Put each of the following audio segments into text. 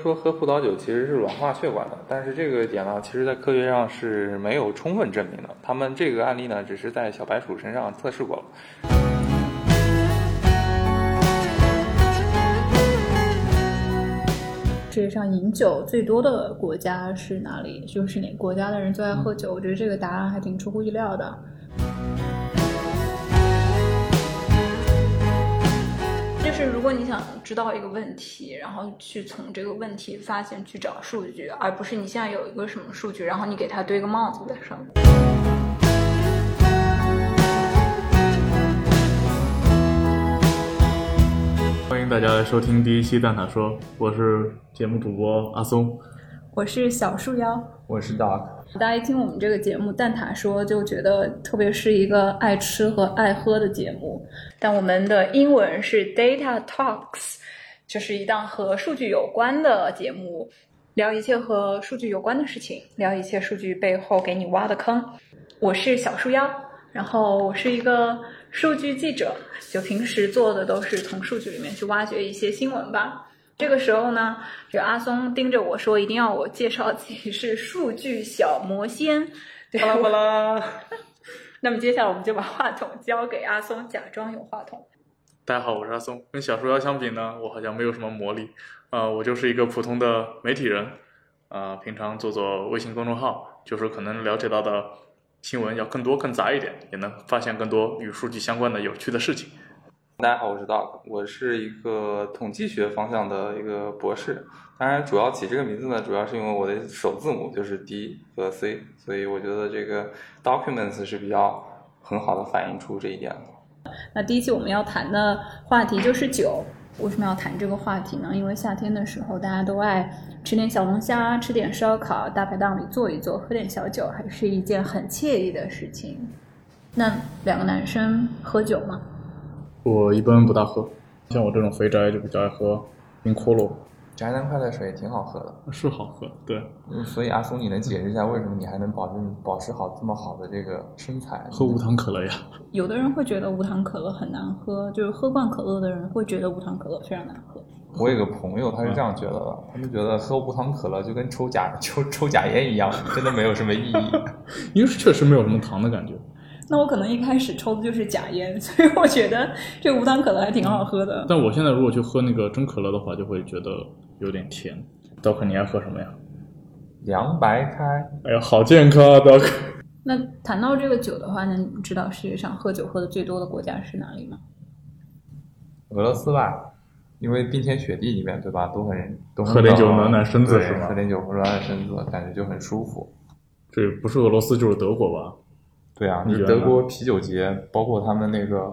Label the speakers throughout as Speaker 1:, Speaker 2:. Speaker 1: 说喝葡萄酒其实是软化血管的，但是这个点呢，其实在科学上是没有充分证明的。他们这个案例呢，只是在小白鼠身上测试过了。
Speaker 2: 世界上饮酒最多的国家是哪里？就是哪国家的人最爱
Speaker 3: 嗯
Speaker 2: 喝酒？我觉得这个答案还挺出乎意料的。
Speaker 3: 就是如果你想知道一个问题，然后去从这个问题发现去找数据，而不是你现在有一个什么数据，然后你给它堆个帽子在上面。
Speaker 4: 欢迎大家收听第一期《蛋挞说》，我是节目主播阿松，
Speaker 2: 我是小树妖。
Speaker 5: 我是大，
Speaker 2: 大家一听我们这个节目《蛋挞说》，就觉得特别是一个爱吃和爱喝的节目。
Speaker 3: 但我们的英文是 Data Talks，就是一档和数据有关的节目，聊一切和数据有关的事情，聊一切数据背后给你挖的坑。我是小树妖，然后我是一个数据记者，就平时做的都是从数据里面去挖掘一些新闻吧。这个时候呢，这阿松盯着我说，一定要我介绍自己是数据小魔仙。对，
Speaker 2: 哎
Speaker 4: 巴拉 巴拉。
Speaker 3: 那么接下来我们就把话筒交给阿松，假装有话筒。
Speaker 4: 大家好，我是阿松。跟小树妖相比呢，我好像没有什么魔力，呃，我就是一个普通的媒体人，呃，平常做做微信公众号，就是可能了解到的新闻要更多更杂一点，也能发现更多与数据相关的有趣的事情。
Speaker 1: 大家好，我是 Doc，我是一个统计学方向的一个博士。当然，主要起这个名字呢，主要是因为我的首字母就是 D 和 C，所以我觉得这个 documents 是比较很好的反映出这一点的。
Speaker 2: 那第一期我们要谈的话题就是酒。为什么要谈这个话题呢？因为夏天的时候，大家都爱吃点小龙虾，吃点烧烤，大排档里坐一坐，喝点小酒，还是一件很惬意的事情。那两个男生喝酒吗？
Speaker 4: 我一般不大喝，像我这种肥宅就比较爱喝冰可乐，
Speaker 5: 宅男快乐水挺好喝的。
Speaker 4: 是好喝，对，
Speaker 5: 嗯所以阿松，你能解释一下为什么你还能保证保持好这么好的这个身材？
Speaker 4: 喝无糖可乐呀。
Speaker 2: 有的人会觉得无糖可乐很难喝，就是喝惯可乐的人会觉得无糖可乐非常难喝。
Speaker 5: 我有个朋友，他是这样觉得的，他就觉得喝无糖可乐就跟抽假 抽抽假烟一样，真的没有什么意义。
Speaker 4: 因为确实没有什么糖的感觉。
Speaker 2: 那我可能一开始抽的就是假烟， 所以我觉得这无糖可乐还挺好喝的。
Speaker 4: 但我现在如果去喝那个真可乐的话，就会觉得有点甜。刀客，你爱喝什么呀？
Speaker 5: 凉白开，
Speaker 4: 哎呀，好健康啊，刀客。
Speaker 2: 那谈到这个酒的话呢，你们知道世界上喝酒喝的最多的国家是哪里吗？
Speaker 5: 俄罗斯吧，因为冰天雪地里面对吧，都很都很
Speaker 4: 喝点酒
Speaker 5: 冷
Speaker 4: 暖暖身子
Speaker 5: 对
Speaker 4: 是吗
Speaker 5: 喝点酒暖暖身子，感觉就很舒服。
Speaker 4: 这不是俄罗斯就是德国吧？
Speaker 5: 对啊，
Speaker 4: 你
Speaker 5: 就是
Speaker 4: 觉得呢
Speaker 5: 德国啤酒节，包括他们那个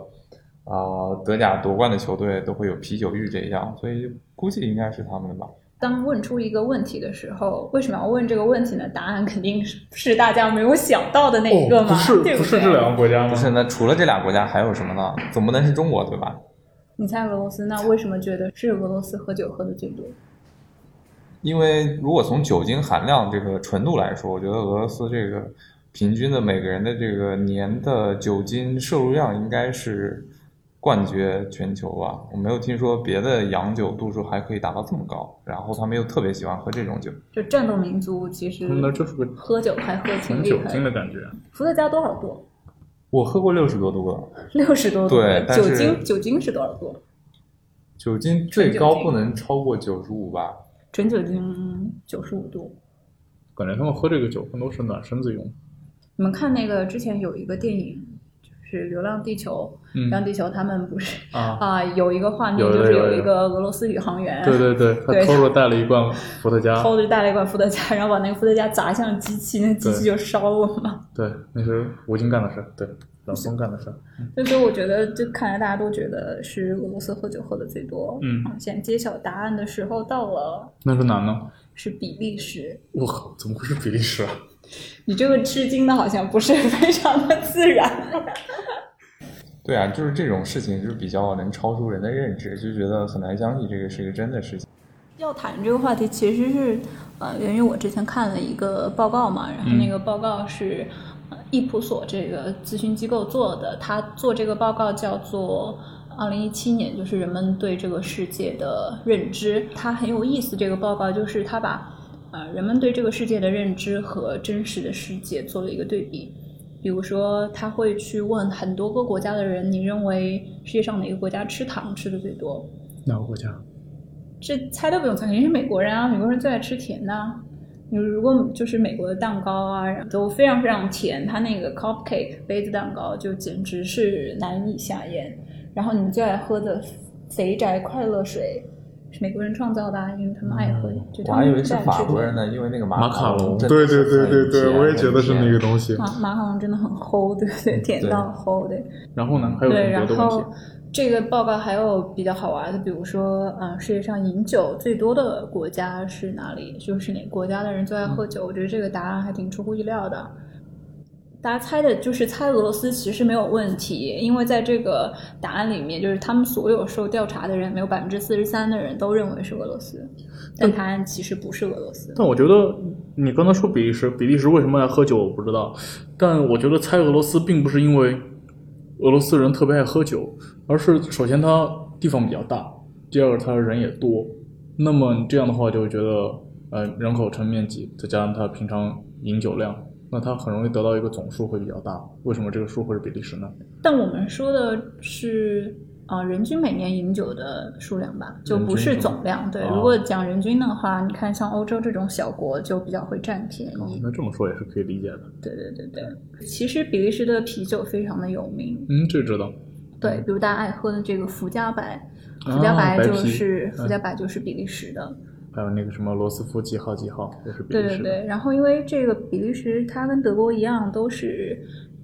Speaker 5: 呃德甲夺冠的球队都会有啤酒浴这一项，所以估计应该是他们的吧。
Speaker 2: 当问出一个问题的时候，为什么要问这个问题呢？答案肯定是是大家没有想到的那一个嘛，
Speaker 4: 哦不是
Speaker 2: 哎对对
Speaker 4: 不是这两个国家吗？
Speaker 5: 不是，那除了这俩国家还有什么呢？总不能是中国对吧？
Speaker 2: 你猜俄罗斯，那为什么觉得是俄罗斯喝酒喝的最多？
Speaker 5: 因为如果从酒精含量这个纯度来说，我觉得俄罗斯这个平均的每个人的这个年的酒精摄入量应该是冠绝全球吧。我没有听说别的洋酒度数还可以达到这么高，然后他们又特别喜欢喝这种酒。
Speaker 2: 就战斗民族其实
Speaker 4: 他们那就是个
Speaker 2: 喝酒还喝挺
Speaker 4: 纯
Speaker 2: 厉
Speaker 4: 酒
Speaker 2: 害
Speaker 4: 精。的感觉。
Speaker 2: 伏特加多少度？
Speaker 5: 我喝过六十多度的，
Speaker 2: 六十多度。
Speaker 5: 对但
Speaker 2: 酒
Speaker 5: 是
Speaker 2: 精酒精是多少度？
Speaker 5: 酒精最高不能超过九十五吧？
Speaker 2: 纯酒精九十五度。
Speaker 4: 感觉他们喝这个酒更多是暖身子用。
Speaker 2: 你们看那个之前有一个电影，就是《流浪地球》，
Speaker 4: 嗯
Speaker 2: 流浪地球》他们不是
Speaker 4: 啊，
Speaker 2: 啊、有一个画面
Speaker 4: 有的
Speaker 2: 就是
Speaker 4: 有的
Speaker 2: 一个俄罗斯宇航员，
Speaker 4: 对对对，
Speaker 2: 对
Speaker 4: 他偷着带了一罐伏特加。
Speaker 2: 偷着带了一罐伏特加，然后把那个伏特加砸向机器，那机器就烧了嘛。
Speaker 4: 对，那是吴京干的事儿，对，老松干的事儿。
Speaker 2: 所以说，我觉得就看来大家都觉得是俄罗斯喝酒喝的最多。
Speaker 4: 嗯
Speaker 2: 啊，现在揭晓答案的时候到了，
Speaker 4: 那是哪呢？
Speaker 2: 是比利时。
Speaker 4: 我靠，怎么会是比利时啊？
Speaker 2: 你这个吃惊的好像不是 非常的自然。
Speaker 5: 对啊，就是这种事情就是比较能超出人的认知，就觉得很难相信这个是个真的事情。
Speaker 2: 要谈这个话题，其实是呃，源于我之前看了一个报告嘛，然后那个报告是、呃、易普所这个咨询机构做的，他做这个报告叫做。二零一七年，就是人们对这个世界的认知，它很有意思。这个报告就是它把呃人们对这个世界的认知和真实的世界做了一个对比。比如说，他会去问很多个国家的人，你认为世界上哪个国家吃糖吃的最多？
Speaker 6: 哪个国家？
Speaker 2: 这猜都不用猜，肯定是美国人啊！美国人最爱吃甜的、啊。你如果就是美国的蛋糕啊，都非常非常甜，它那个 cupcake 杯子蛋糕就简直是难以下咽。然后你们最爱喝的肥宅快乐水是美国人创造的、啊，因为他们爱喝。就
Speaker 5: 嗯我
Speaker 2: 他
Speaker 5: 还以
Speaker 2: 们
Speaker 5: 为
Speaker 2: 最
Speaker 5: 是
Speaker 2: 爱吃
Speaker 5: 法国
Speaker 2: 甜
Speaker 5: 人呢，因为那个
Speaker 4: 马卡
Speaker 5: 卡
Speaker 4: 龙
Speaker 5: 真的
Speaker 6: 对
Speaker 5: 是
Speaker 6: 对对
Speaker 5: 很
Speaker 6: 对对，
Speaker 5: 甜
Speaker 6: 我也觉得是那个
Speaker 5: 很
Speaker 6: 东西。
Speaker 2: 啊，马卡龙真的很齁，对不
Speaker 5: 嗯
Speaker 2: 对？甜到齁，对。
Speaker 4: 然后呢，还有
Speaker 2: 对，
Speaker 4: 什么
Speaker 2: 然
Speaker 4: 别的问
Speaker 2: 后
Speaker 4: 题？
Speaker 2: 这个报告还有比较好玩的，比如说，呃，世界上饮酒最多的国家是哪里？就是哪个国家的人最爱
Speaker 4: 嗯
Speaker 2: 喝酒？我觉得这个答案还挺出乎意料的。大家猜的就是猜俄罗斯，其实没有问题，因为在这个答案里面，就是他们所有受调查的人，没有百分之四十三的人都认为是俄罗斯，
Speaker 4: 嗯
Speaker 2: 但答案其实不是俄罗斯。
Speaker 4: 但我觉得你刚才说比利时，比利时为什么爱喝酒我不知道，但我觉得猜俄罗斯并不是因为俄罗斯人特别爱喝酒，而是首先它地方比较大，第二个它人也多，那么你这样的话就会觉得，呃，人口乘面积再加上它平常饮酒量，那它很容易得到一个总数会比较大。为什么这个数会是比利时呢？
Speaker 2: 但我们说的是啊、呃人均每年饮酒的数量吧，就不是总量。对，
Speaker 4: 哦
Speaker 2: 如果讲人均的话，你看像欧洲这种小国就比较会占便
Speaker 4: 哦
Speaker 2: 宜。
Speaker 4: 那这么说也是可以理解的。
Speaker 2: 对对对对，其实比利时的啤酒非常的有名，
Speaker 4: 嗯，这知道。
Speaker 2: 对，比如大家爱喝的这个福加白，
Speaker 4: 嗯啊
Speaker 2: 福加白
Speaker 4: 白
Speaker 2: 就
Speaker 4: 啤
Speaker 2: 是、
Speaker 4: 嗯
Speaker 2: 福加白就是比利时的。
Speaker 4: 还有那个什么罗斯福几号几号也是比
Speaker 2: 对
Speaker 4: 利
Speaker 2: 对
Speaker 4: 时的。
Speaker 2: 对，然后因为这个比利时，它跟德国一样都是，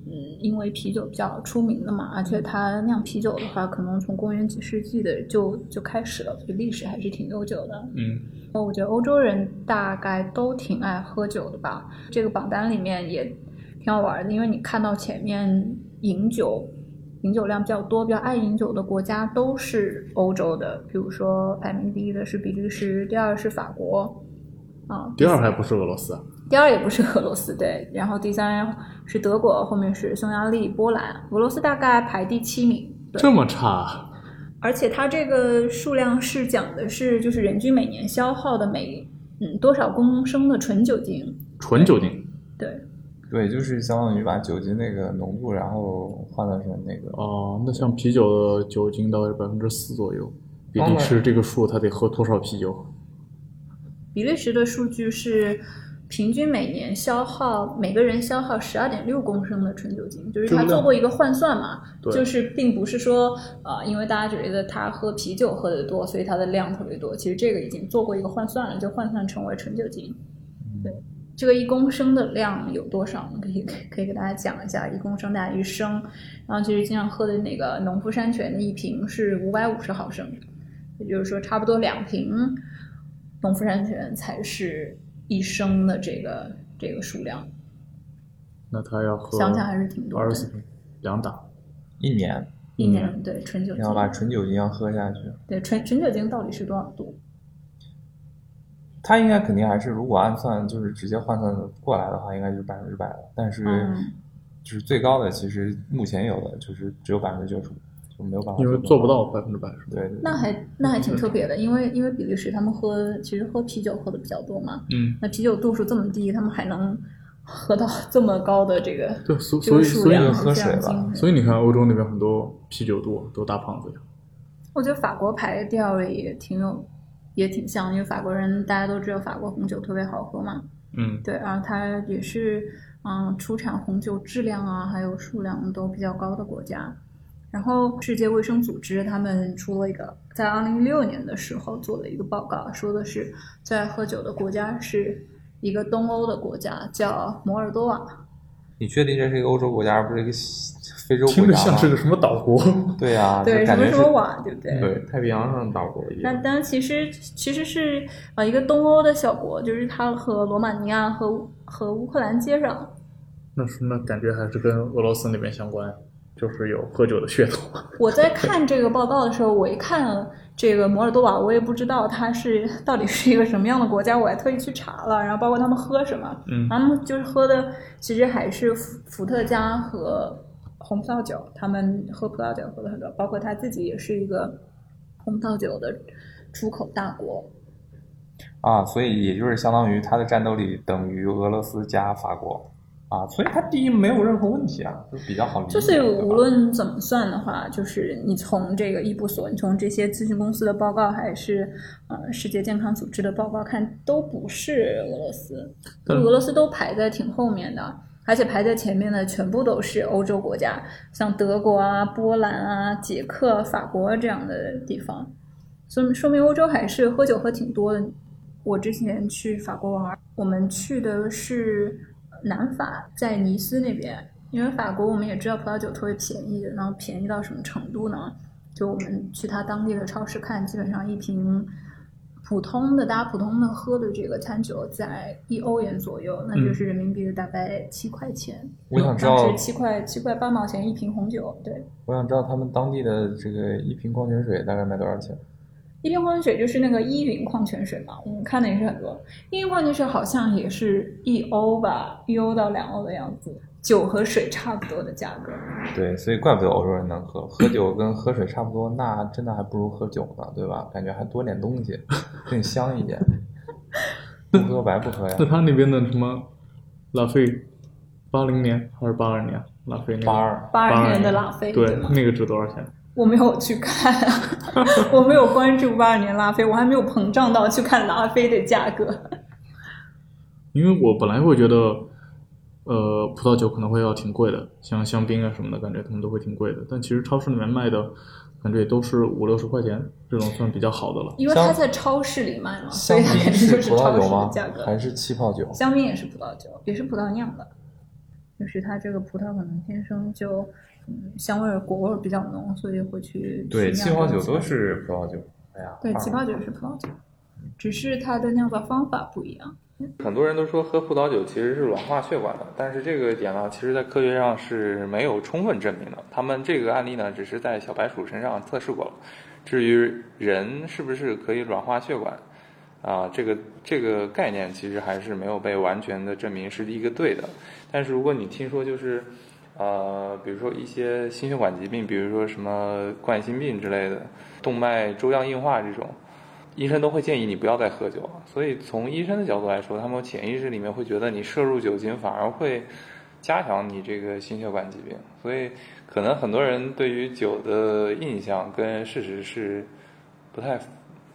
Speaker 2: 嗯，因为啤酒比较出名的嘛，而且它酿啤酒的话，可能从公元几世纪的就就开始了，所以历史还是挺悠久的。
Speaker 4: 嗯，
Speaker 2: 那我觉得欧洲人大概都挺爱喝酒的吧。这个榜单里面也挺好玩的，因为你看到前面饮酒。饮酒量比较多、比较爱饮酒的国家都是欧洲的，比如说排名第一的是比利时，第二是法国，啊，
Speaker 4: 第二还不是俄罗斯啊。
Speaker 2: 第二也不是俄罗斯，对，然后第三是德国，后面是匈牙利、波兰，俄罗斯大概排第七名。对，
Speaker 4: 这么差啊？
Speaker 2: 而且它这个数量是讲的是就是人均每年消耗的每嗯多少公升的纯酒精，
Speaker 4: 纯酒精
Speaker 2: 对，
Speaker 5: 对，就是相当于把酒精那个浓度，然后换算成那个。
Speaker 4: 哦，那像啤酒的酒精大概是百分之四左右。比
Speaker 2: 哦
Speaker 4: 利时这个数，他得喝多少啤酒？
Speaker 2: 比利时的数据是平均每年消耗每个人消耗十二点六公升的纯酒精，就是他
Speaker 4: 这个量
Speaker 2: 做过一个换算嘛，
Speaker 4: 对
Speaker 2: 就是并不是说呃，因为大家觉得他喝啤酒喝的多，所以他的量特别多。其实这个已经做过一个换算了，就换算成为纯酒精。对，这个一公升的量有多少呢？可以可以给大家讲一下，一公升大概一升，然后其实经常喝的那个农夫山泉的一瓶是五百五十毫升，也就是说差不多两瓶农夫山泉才是一升的这个这个数量，
Speaker 4: 那他要喝
Speaker 2: 想想还是挺多
Speaker 4: 二
Speaker 2: 的哦
Speaker 4: 十。四瓶，两打。
Speaker 5: 一年，
Speaker 2: 一年对纯酒精
Speaker 5: 然，后把纯酒精要喝下去，
Speaker 2: 对纯纯酒精到底是多少度？
Speaker 5: 它应该肯定还是如果按算就是直接换算过来的话，应该就是百分之百的。但是
Speaker 2: 嗯
Speaker 5: 就是最高的，其实目前有的就是只有百分之九十五，就没有办法，
Speaker 4: 因为做不。到百分之百，是吧？
Speaker 5: 对，对
Speaker 2: 那还那还挺特别的，因为因为比利时他们喝其实喝啤酒喝的比较多嘛，
Speaker 4: 嗯，
Speaker 2: 那啤酒度数这么低，他们还能喝到这么高的这个
Speaker 4: 对，所
Speaker 2: 这
Speaker 4: 所
Speaker 2: 个
Speaker 4: 以
Speaker 2: 数
Speaker 4: 所以
Speaker 2: 量，
Speaker 5: 就喝
Speaker 2: 这样
Speaker 5: 水吧
Speaker 2: 惊人
Speaker 4: 所以你看，欧洲那边很多啤酒肚都大胖子呀。
Speaker 2: 我觉得法国排第二位也挺有，也挺像，因为法国人大家都知道法国红酒特别好喝嘛，
Speaker 4: 嗯，
Speaker 2: 对，然后它也是嗯出产红酒质量啊，还有数量都比较高的国家。然后世界卫生组织他们出了一个，在二零一六年的时候做了一个报告，说的是最爱喝酒的国家是一个东欧的国家，叫摩尔多瓦。
Speaker 5: 啊你确定这是一个欧洲国家，而不是一个西 非洲
Speaker 4: 听
Speaker 5: 国
Speaker 4: 着
Speaker 5: 家
Speaker 4: 像
Speaker 5: 吗？
Speaker 4: 是个什么岛国。
Speaker 5: 对呀，
Speaker 2: 对，
Speaker 5: 就
Speaker 2: 什
Speaker 5: 感
Speaker 2: 么
Speaker 5: 觉
Speaker 2: 什
Speaker 5: 是
Speaker 2: 么瓦，对不对？
Speaker 5: 对太平洋上的岛国一
Speaker 2: 那
Speaker 5: 样。
Speaker 2: 但其实其实是呃一个东欧的小国，就是它和罗马尼亚和乌和乌克兰接壤。
Speaker 4: 那是那感觉还是跟俄罗斯那边相关，就是有喝酒的噱头。
Speaker 2: 我在看这个报告的时候，我一看这个摩尔多瓦，我也不知道它是到底是一个什么样的国家，我还特意去查了，然后包括他们喝什么，
Speaker 4: 嗯
Speaker 2: 他们就是喝的其实还是伏伏特加和红葡萄酒，他们喝葡萄酒喝的很多，包括他自己也是一个红葡萄酒的出口大国。
Speaker 5: 啊，所以也就是相当于它的战斗力等于俄罗斯加法国啊，所以它第一没有任何问题啊，就比较好理解。
Speaker 2: 就是
Speaker 5: 对吧
Speaker 2: 无论怎么算的话，就是你从这个医布所，你从这些咨询公司的报告，还是呃世界健康组织的报告看，都不是俄罗斯，
Speaker 5: 但
Speaker 2: 俄罗斯都排在挺后面的，而且排在前面的全部都是欧洲国家，像德国啊、波兰啊、捷克、法国这样的地方，所以说明欧洲还是喝酒喝挺多的。我之前去法国玩，我们去的是南法，在尼斯那边，因为法国我们也知道葡萄酒特别便宜，然后便宜到什么程度呢？就我们去它当地的超市看，基本上一瓶普通的大家普通的喝的这个餐酒在一欧元左右，那就是人民币的大概七块钱。
Speaker 5: 嗯我想知道
Speaker 2: 当时七块七块八毛钱一瓶红酒，对，
Speaker 5: 我想知道他们当地的这个一瓶矿泉水大概卖多少钱？
Speaker 2: 一瓶矿泉水就是那个依云矿泉水嘛，我们看的也是很多。依云矿泉水好像也是一欧吧，一欧到两欧的样子，酒和水差不多的价格。
Speaker 5: 对，所以怪不得欧洲人能喝，喝酒跟喝水差不多，那真的还不如喝酒呢，对吧？感觉还多点东西，更香一点。不喝白不喝呀
Speaker 4: 那，他那边的什么拉菲，八零年还是八二年？拉菲那
Speaker 5: 八
Speaker 4: 个
Speaker 5: 二
Speaker 2: 八
Speaker 4: 82
Speaker 2: 二年
Speaker 4: 年
Speaker 2: 的拉菲，
Speaker 4: 对
Speaker 2: 吗？
Speaker 4: 那个值多少钱？
Speaker 2: 我没有去看， 我没有关注八二年拉菲，我还没有膨胀到去看拉菲的价格。
Speaker 4: 因为我本来会觉得，呃，葡萄酒可能会要挺贵的，像香槟啊什么的，感觉他们都会挺贵的。但其实超市里面卖的，感觉也都是五六十块钱，这种算比较好的了。
Speaker 2: 因为它
Speaker 5: 香
Speaker 2: 在超市里卖嘛，所
Speaker 5: 香
Speaker 2: 以它
Speaker 5: 槟
Speaker 2: 肯定就是
Speaker 5: 葡
Speaker 2: 超
Speaker 5: 萄
Speaker 2: 市
Speaker 5: 酒
Speaker 2: 的
Speaker 5: 吗
Speaker 2: 价？格。
Speaker 5: 还是气泡酒？
Speaker 2: 香槟也是葡萄酒，也是葡萄酿的，就是它这个葡萄可能天生就嗯香味儿、果味儿比较浓，所以会去
Speaker 5: 对，
Speaker 2: 去
Speaker 5: 气
Speaker 2: 酿
Speaker 5: 泡
Speaker 2: 这
Speaker 5: 酒
Speaker 2: 个
Speaker 5: 都是葡萄酒。哎呀，
Speaker 2: 对
Speaker 5: 啊
Speaker 2: 气泡酒是葡萄酒，只是它的酿造方法不一样。
Speaker 1: 很多人都说喝葡萄酒其实是软化血管的，但是这个点呢，其实在科学上是没有充分证明的。他们这个案例呢，只是在小白鼠身上测试过了。至于人是不是可以软化血管，啊，这个这个概念其实还是没有被完全的证明是一个对的。但是如果你听说就是，呃，比如说一些心血管疾病，比如说什么冠心病之类的，动脉粥样硬化这种，医生都会建议你不要再喝酒，所以从医生的角度来说，他们潜意识里面会觉得你摄入酒精反而会加强你这个心血管疾病，所以可能很多人对于酒的印象跟事实是不太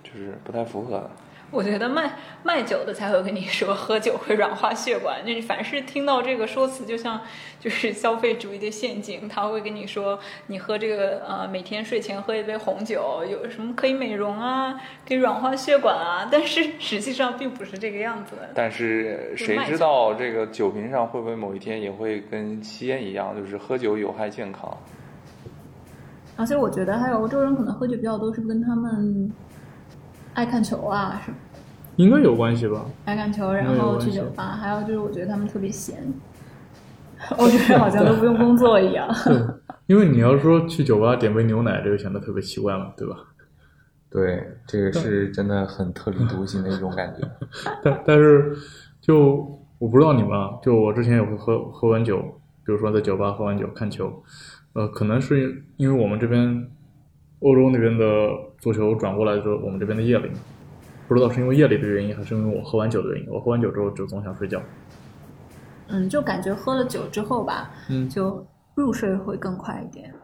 Speaker 1: 就是不太符合的。
Speaker 3: 我觉得卖卖酒的才会跟你说喝酒会软化血管，就是凡是听到这个说辞，就像就是消费主义的陷阱，他会跟你说你喝这个呃每天睡前喝一杯红酒有什么可以美容啊，可以软化血管啊，但是实际上并不是这个样子的。
Speaker 1: 但是谁
Speaker 3: 卖酒
Speaker 1: 知道这个酒瓶上会不会某一天也会跟吸烟一样，就是喝酒有害健康？
Speaker 2: 而且我觉得还有欧洲人可能喝酒比较多，是不是跟他们爱看球啊什么？
Speaker 4: 应该有关系吧？
Speaker 2: 爱看球，然
Speaker 4: 没有
Speaker 2: 后
Speaker 4: 关
Speaker 2: 去
Speaker 4: 系
Speaker 2: 酒吧，还有就是我觉得他们特别闲， 欧洲人好像都不用工作一样。
Speaker 4: 对，因为你要说去酒吧点杯牛奶，这个显得特别奇怪嘛，对吧？
Speaker 5: 对，这个是真的很特立独行的一种感觉。
Speaker 4: 但但是就我不知道你们啊，就我之前也会喝喝完酒，比如说在酒吧喝完酒看球，呃，可能是因为我们这边欧洲那边的足球转过来的时候，我们这边的夜里，不知道是因为夜里的原因，还是因为我喝完酒的原因。我喝完酒之后就总想睡觉。
Speaker 2: 嗯，就感觉喝了酒之后吧，
Speaker 4: 嗯
Speaker 2: 就入睡会更快一点。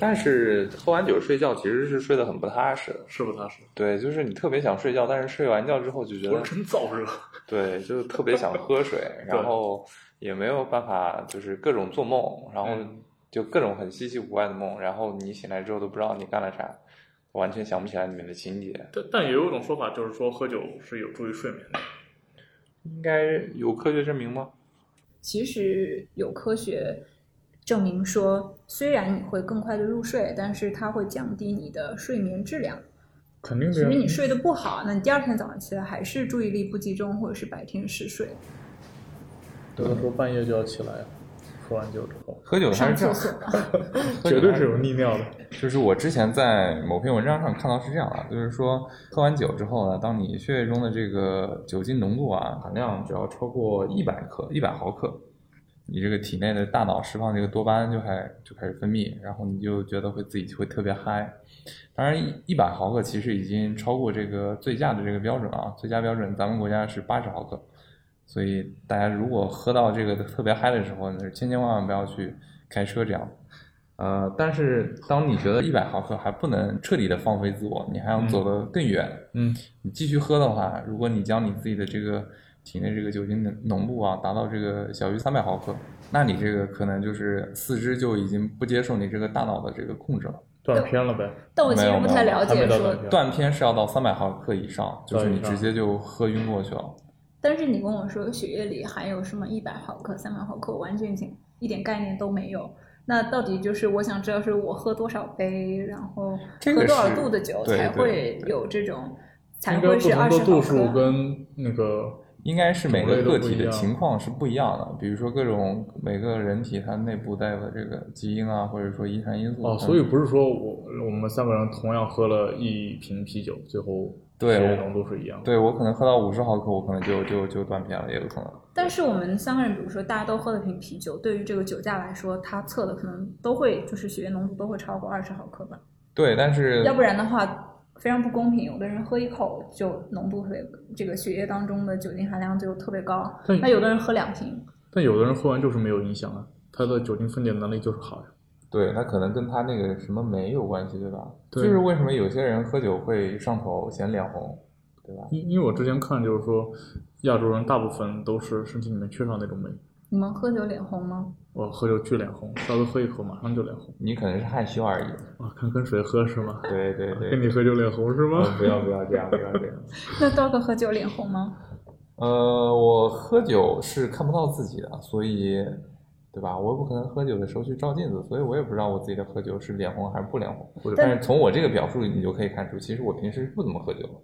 Speaker 1: 但是喝完酒睡觉其实是睡得很不踏实的，
Speaker 4: 是不踏实，
Speaker 1: 对，就是你特别想睡觉，但是睡完觉之后就觉得
Speaker 4: 浑身燥热。
Speaker 1: 对，就是特别想喝 水，然后也没有办法，就是各种做梦，然后
Speaker 4: 嗯
Speaker 1: 就各种很稀奇古怪的梦，然后你醒来之后都不知道你干了啥，完全想不起来里面的情节。
Speaker 4: 但但也有一种说法，就是说喝酒是有助于睡眠的。
Speaker 1: 应该有科学证明吗？
Speaker 2: 其实有科学证明说，虽然你会更快的入睡，但是它会降低你的睡眠质量。
Speaker 4: 肯定
Speaker 2: 其
Speaker 4: 的呀
Speaker 2: 实。你睡得不好，那你第二天早上起来还是注意力不集中，或者是白天嗜睡，
Speaker 4: 不能说半夜就要起来，喝完酒之后，
Speaker 5: 喝酒还
Speaker 2: 上
Speaker 5: 是这
Speaker 2: 厕
Speaker 5: 样，
Speaker 2: 所吧。
Speaker 5: 喝酒
Speaker 4: 绝对
Speaker 5: 还
Speaker 4: 是有利尿的。
Speaker 5: 就是我之前在某篇文章上看到是这样的，啊就是说喝完酒之后呢，当你血液中的这个酒精浓度啊含量只要超过一百克、一百毫克，你这个体内的大脑释放这个多巴胺就还就开始分泌，然后你就觉得会自己会特别嗨。当然，一百毫克其实已经超过这个最佳的这个标准啊，最佳标准咱们国家是八十毫克，所以大家如果喝到这个特别嗨的时候，那是千千万万不要去开车这样。呃，但是当你觉得一百毫克还不能彻底的放飞自我，你还要走得更远，
Speaker 4: 嗯，
Speaker 5: 你继续喝的话，如果你将你自己的这个体内这个酒精的浓度啊达到这个小于三百毫克，那你这个可能就是四肢就已经不接受你这个大脑的这个控制了。
Speaker 4: 断片了呗，
Speaker 2: 但我其
Speaker 5: 没
Speaker 2: 实
Speaker 5: 有
Speaker 2: 不太
Speaker 5: 没有
Speaker 2: 了
Speaker 4: 还没
Speaker 2: 解
Speaker 4: 到
Speaker 2: 说
Speaker 4: 断，片。
Speaker 5: 断片是要到三百毫克以上，就是你
Speaker 4: 以上
Speaker 5: 直接就喝晕过去了。
Speaker 2: 但是你跟我说血液里含有什么一百毫克、三百毫克，我完全已经一点概念都没有。那到底就是我想知道，是我喝多少杯，然后
Speaker 5: 这
Speaker 2: 喝
Speaker 5: 个
Speaker 2: 多少
Speaker 5: 是
Speaker 2: 度的酒
Speaker 5: 对
Speaker 2: 才
Speaker 5: 对
Speaker 2: 会有这种，才
Speaker 4: 应该
Speaker 2: 会
Speaker 4: 不
Speaker 2: 是
Speaker 4: 同
Speaker 2: 二十
Speaker 4: 的
Speaker 2: 毫
Speaker 4: 度数
Speaker 2: 克。
Speaker 4: 跟那个
Speaker 5: 应该是每个
Speaker 4: 种类
Speaker 5: 个
Speaker 4: 都不
Speaker 5: 体
Speaker 4: 一
Speaker 5: 的
Speaker 4: 样
Speaker 5: 情况是不一样的，比如说各种每个人体它内部带的这个基因啊，或者说遗传因素
Speaker 4: 哦，
Speaker 5: 等
Speaker 4: 所以不是说我我们三个人同样喝了一瓶啤酒，最后
Speaker 5: 对
Speaker 4: 血液
Speaker 5: 我
Speaker 4: 浓度是一样的。
Speaker 5: 对我可能喝到五十毫克，我可能就就就断片了，也有可能。
Speaker 2: 但是我们三个人，比如说大家都喝了瓶啤酒，对于这个酒驾来说，它测的可能都会就是血液浓度都会超过二十毫克吧，
Speaker 5: 对，但是
Speaker 2: 要不然的话非常不公平。有的人喝一口就浓度特别，这个血液当中的酒精含量就特别高，
Speaker 4: 对
Speaker 2: 那有的人喝两瓶，
Speaker 4: 但有的人喝完就是没有影响啊，他的酒精分解能力就是好呀。
Speaker 5: 对，那可能跟他那个什么酶有关系，对吧？
Speaker 4: 对
Speaker 5: 就是为什么有些人喝酒会上头、显脸红，对吧？
Speaker 4: 因因为我之前看就是说，亚洲人大部分都是身体里面缺少那种酶。
Speaker 2: 你们喝酒脸红吗？
Speaker 4: 我喝酒巨脸红，稍微喝一口马上就脸红
Speaker 5: 你可能是害羞而已。
Speaker 4: 啊！看跟谁喝是吗？
Speaker 5: 对对
Speaker 4: 跟
Speaker 5: 对，
Speaker 4: 你喝就脸红是
Speaker 5: 呃
Speaker 4: 吗？
Speaker 5: 不要不要这样，不要这样。
Speaker 2: 那 dog 喝酒脸红吗？
Speaker 5: 呃，我喝酒是看不到自己的，所以，对吧？我也不可能喝酒的时候去照镜子，所以我也不知道我自己的喝酒是脸红还是不脸红。
Speaker 4: 对
Speaker 5: 但是从我这个表述里，你就可以看出，其实我平时不怎么喝酒的。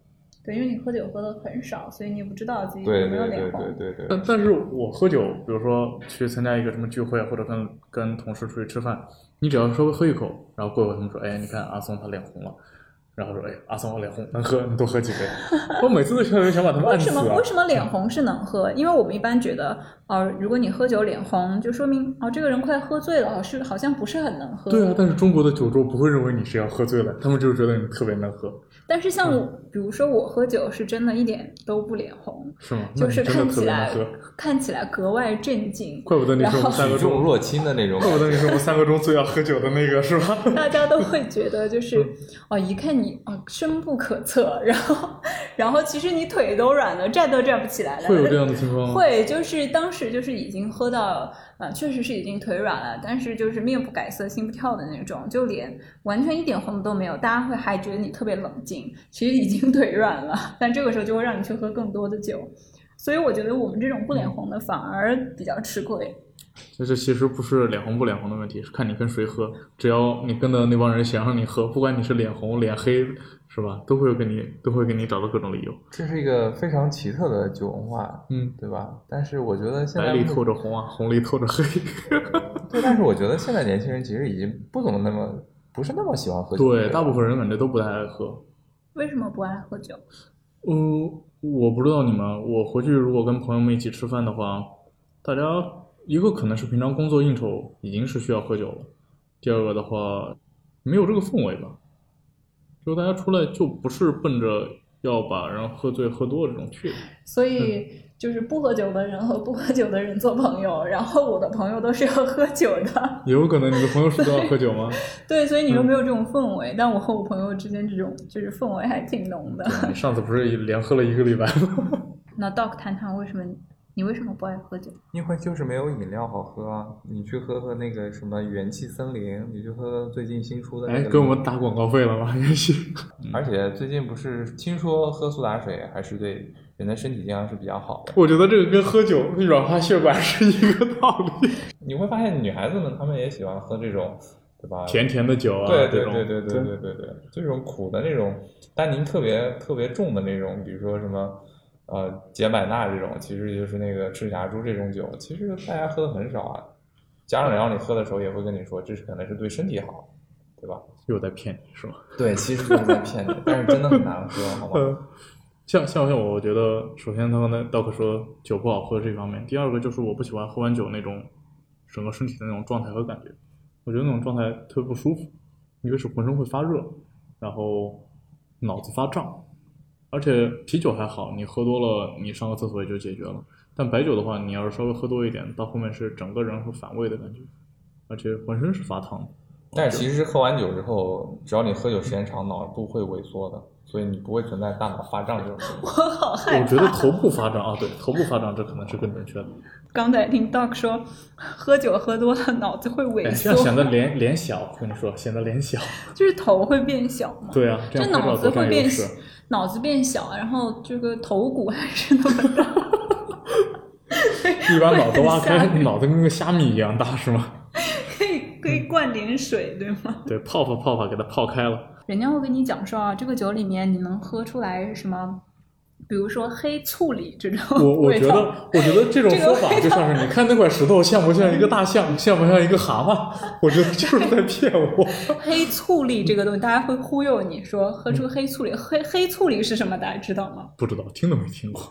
Speaker 2: 对，因为你喝酒喝的很少，所以你也不知道自己有
Speaker 5: 对
Speaker 2: 没有
Speaker 5: 对
Speaker 2: 脸
Speaker 5: 对
Speaker 2: 红。
Speaker 5: 对对 对
Speaker 4: 但但是我喝酒，比如说去参加一个什么聚会，或者跟跟同事出去吃饭，你只要稍微喝一口，然后过一会儿他们说，哎，你看阿松他脸红了，然后说，哎，阿松我脸红，能喝你多喝几 杯。我每次都特别想把他们
Speaker 2: 为
Speaker 4: 按
Speaker 2: 什
Speaker 4: 死
Speaker 2: 么
Speaker 4: 啊
Speaker 2: 为！什么脸红是能喝？因为我们一般觉得，呃，如果你喝酒脸红，就说明哦这个人快喝醉了，哦是好像不是很能喝。
Speaker 4: 对啊，但是中国的酒桌不会认为你是要喝醉了，他们就是觉得你特别能喝，
Speaker 2: 但是像
Speaker 4: 嗯
Speaker 2: 我比如说我喝酒是真的一点都不脸红，
Speaker 4: 是吗？
Speaker 2: 就是
Speaker 4: 那你真
Speaker 2: 看
Speaker 4: 的特
Speaker 2: 起
Speaker 4: 别能
Speaker 2: 来
Speaker 4: 喝，
Speaker 2: 看起来格外镇静，
Speaker 4: 怪不得你
Speaker 2: 然
Speaker 4: 是我
Speaker 2: 后
Speaker 4: 们三个
Speaker 5: 举重
Speaker 4: 中，
Speaker 5: 若轻的那种
Speaker 4: 怪
Speaker 5: 感
Speaker 4: 不得
Speaker 5: 觉。
Speaker 4: 你是我们三个中最要喝酒的那个，是 吧？
Speaker 2: 大家都会觉得
Speaker 4: 嗯
Speaker 2: 就是哦，一看你哦深不可测，然后然后其实你腿都软了，站都站不起来了。
Speaker 4: 会有这样的情况吗？
Speaker 2: 会，就是当时就是已经喝到，呃，确实是已经腿软了，但是就是面不改色心不跳的那种，就脸完全一点红都没有，大家会还觉得你特别冷静，其实已经 腿软了，但这个时候就会让你去喝更多的酒，所以我觉得我们这种不脸红的反而比较吃亏。
Speaker 4: 就是其实不是脸红不脸红的问题，是看你跟谁喝。只要你跟的那帮人想让你喝，不管你是脸红脸黑，是吧，都会给你都会给你找到各种理由。
Speaker 5: 这是一个非常奇特的酒文化，
Speaker 4: 嗯，
Speaker 5: 对吧？但是我觉得现
Speaker 4: 白
Speaker 5: 在
Speaker 4: 里
Speaker 5: 目
Speaker 4: 透着红啊，红里透着黑。
Speaker 5: 对，但是我觉得现在年轻人其实已经不怎么那么不是那么喜欢喝酒。
Speaker 4: 对，大部分人感觉都不太爱喝。
Speaker 2: 为什么不爱喝酒？
Speaker 4: 嗯，我不知道你们，我回去如果跟朋友们一起吃饭的话，大家一个可能是平常工作应酬已经是需要喝酒了，第二个的话没有这个氛围吧，就大家出来就不是奔着要把人喝醉喝多这种去的。
Speaker 2: 所以就是不喝酒的人和不喝酒的人做朋友，然后我的朋友都是要喝酒的。
Speaker 4: 有可能你的朋友是都要喝酒 吗？
Speaker 2: 对，所以你又没有这种氛围，但我和我朋友之间这种就是氛围还挺浓的。
Speaker 4: 你上次不是连喝了一个礼拜吗？
Speaker 2: 那 Doc 谈谈为什么你为什么不爱喝酒？
Speaker 5: 因为就是没有饮料好喝啊！你去喝喝那个什么元气森林，你去喝喝最近新出的那
Speaker 4: 哎，
Speaker 5: 个。
Speaker 4: 给我们打广告费了吗？ 也许。
Speaker 5: 而且最近不是听说喝苏打水还是对人的身体健康是比较好的。
Speaker 4: 我觉得这个跟喝酒软化血管是一个道理。
Speaker 5: 你会发现女孩子们她们也喜欢喝这种，对吧？
Speaker 4: 甜甜的酒啊，
Speaker 5: 对对
Speaker 4: 这种
Speaker 5: 对对对对对对，这种苦的那种单宁特别特别重的那种，比如说什么呃解百纳这种，其实就是那个赤霞珠这种酒，其实大家喝的很少啊。家长让你喝的时候也会跟你说，这是可能是对身体好，对吧？
Speaker 4: 又在骗你是吗？
Speaker 5: 对，其实就是在骗你，但是真的很难喝，好吗？
Speaker 4: 嗯，像像像我，我觉得首先他刚才道克说酒不好喝这方面，第二个就是我不喜欢喝完酒那种整个身体的那种状态和感觉。我觉得那种状态特别不舒服，一个是浑身会发热，然后脑子发胀。而且啤酒还好，你喝多了，你上个厕所也就解决了。但白酒的话，你要是稍微喝多一点，到后面是整个人会反胃的感觉，而且浑身是发烫的。
Speaker 5: 但是其实喝完酒之后，只要你喝酒时间长，脑部会萎缩的，所以你不会存在大脑发胀这种情
Speaker 2: 我
Speaker 5: 况。
Speaker 2: 好害
Speaker 4: 我
Speaker 2: 怕。
Speaker 4: 觉得头部发胀啊，对，头部发胀，这可能是更准确的。
Speaker 2: 刚才听 Doc 说，喝酒喝多了脑子会
Speaker 4: 哎，
Speaker 2: 萎
Speaker 4: 这样
Speaker 2: 缩，
Speaker 4: 显得脸脸小，跟你说，显得脸小。
Speaker 2: 就是头会变小嘛。
Speaker 4: 对啊，这
Speaker 2: 就
Speaker 4: 样拍
Speaker 2: 脑
Speaker 4: 照
Speaker 2: 子
Speaker 4: 多
Speaker 2: 会
Speaker 4: 占
Speaker 2: 变
Speaker 4: 优
Speaker 2: 小
Speaker 4: 势。，
Speaker 2: 脑子变小，然后这个头骨还是那么大。
Speaker 4: 一把脑子挖
Speaker 2: 会
Speaker 4: 开
Speaker 2: 很吓，人
Speaker 4: 脑子啊跟个 虾米一样大，是吗？
Speaker 2: 可以可以灌点水，对吗？
Speaker 4: 对，泡泡泡泡给它泡开 了。
Speaker 2: 人家会跟你讲说啊，这个酒里面你能喝出来什么，比如说黑醋栗这种
Speaker 4: 我我
Speaker 2: 味
Speaker 4: 觉
Speaker 2: 道。
Speaker 4: 得，我觉得这种
Speaker 2: 这个
Speaker 4: 说法就像是你看那块石头像不像一个大象，像不像一个蛤蟆？我觉得就是在骗我。
Speaker 2: 黑醋栗这个东西，大家会忽悠你说喝出黑醋栗。黑黑醋栗是什么？大家知道吗？
Speaker 4: 不知道听都没听过。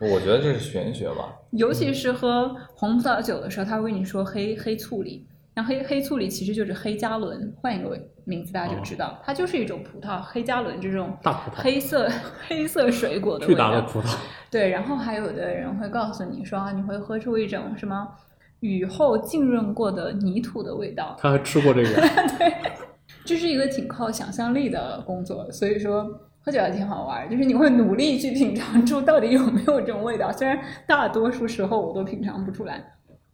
Speaker 5: 我觉得这是玄学吧。
Speaker 2: 尤其是喝红葡萄酒的时候，他会跟你说黑黑醋栗。那黑黑醋栗其实就是黑加仑，换一个名字大家就知道，它就是一种葡萄，黑加仑这种
Speaker 4: 哦大葡萄
Speaker 2: 黑色黑色水果的
Speaker 4: 巨
Speaker 2: 味
Speaker 4: 大的
Speaker 2: 道。
Speaker 4: 葡萄，
Speaker 2: 对，然后还有的人会告诉你说，啊你会喝出一种什么雨后浸润过的泥土的味道，
Speaker 4: 他还吃过这个。
Speaker 2: 这是一个挺靠想象力的工作，所以说喝酒还挺好玩儿，就是你会努力去品尝出到底有没有这种味道，虽然大多数时候我都品尝不出来。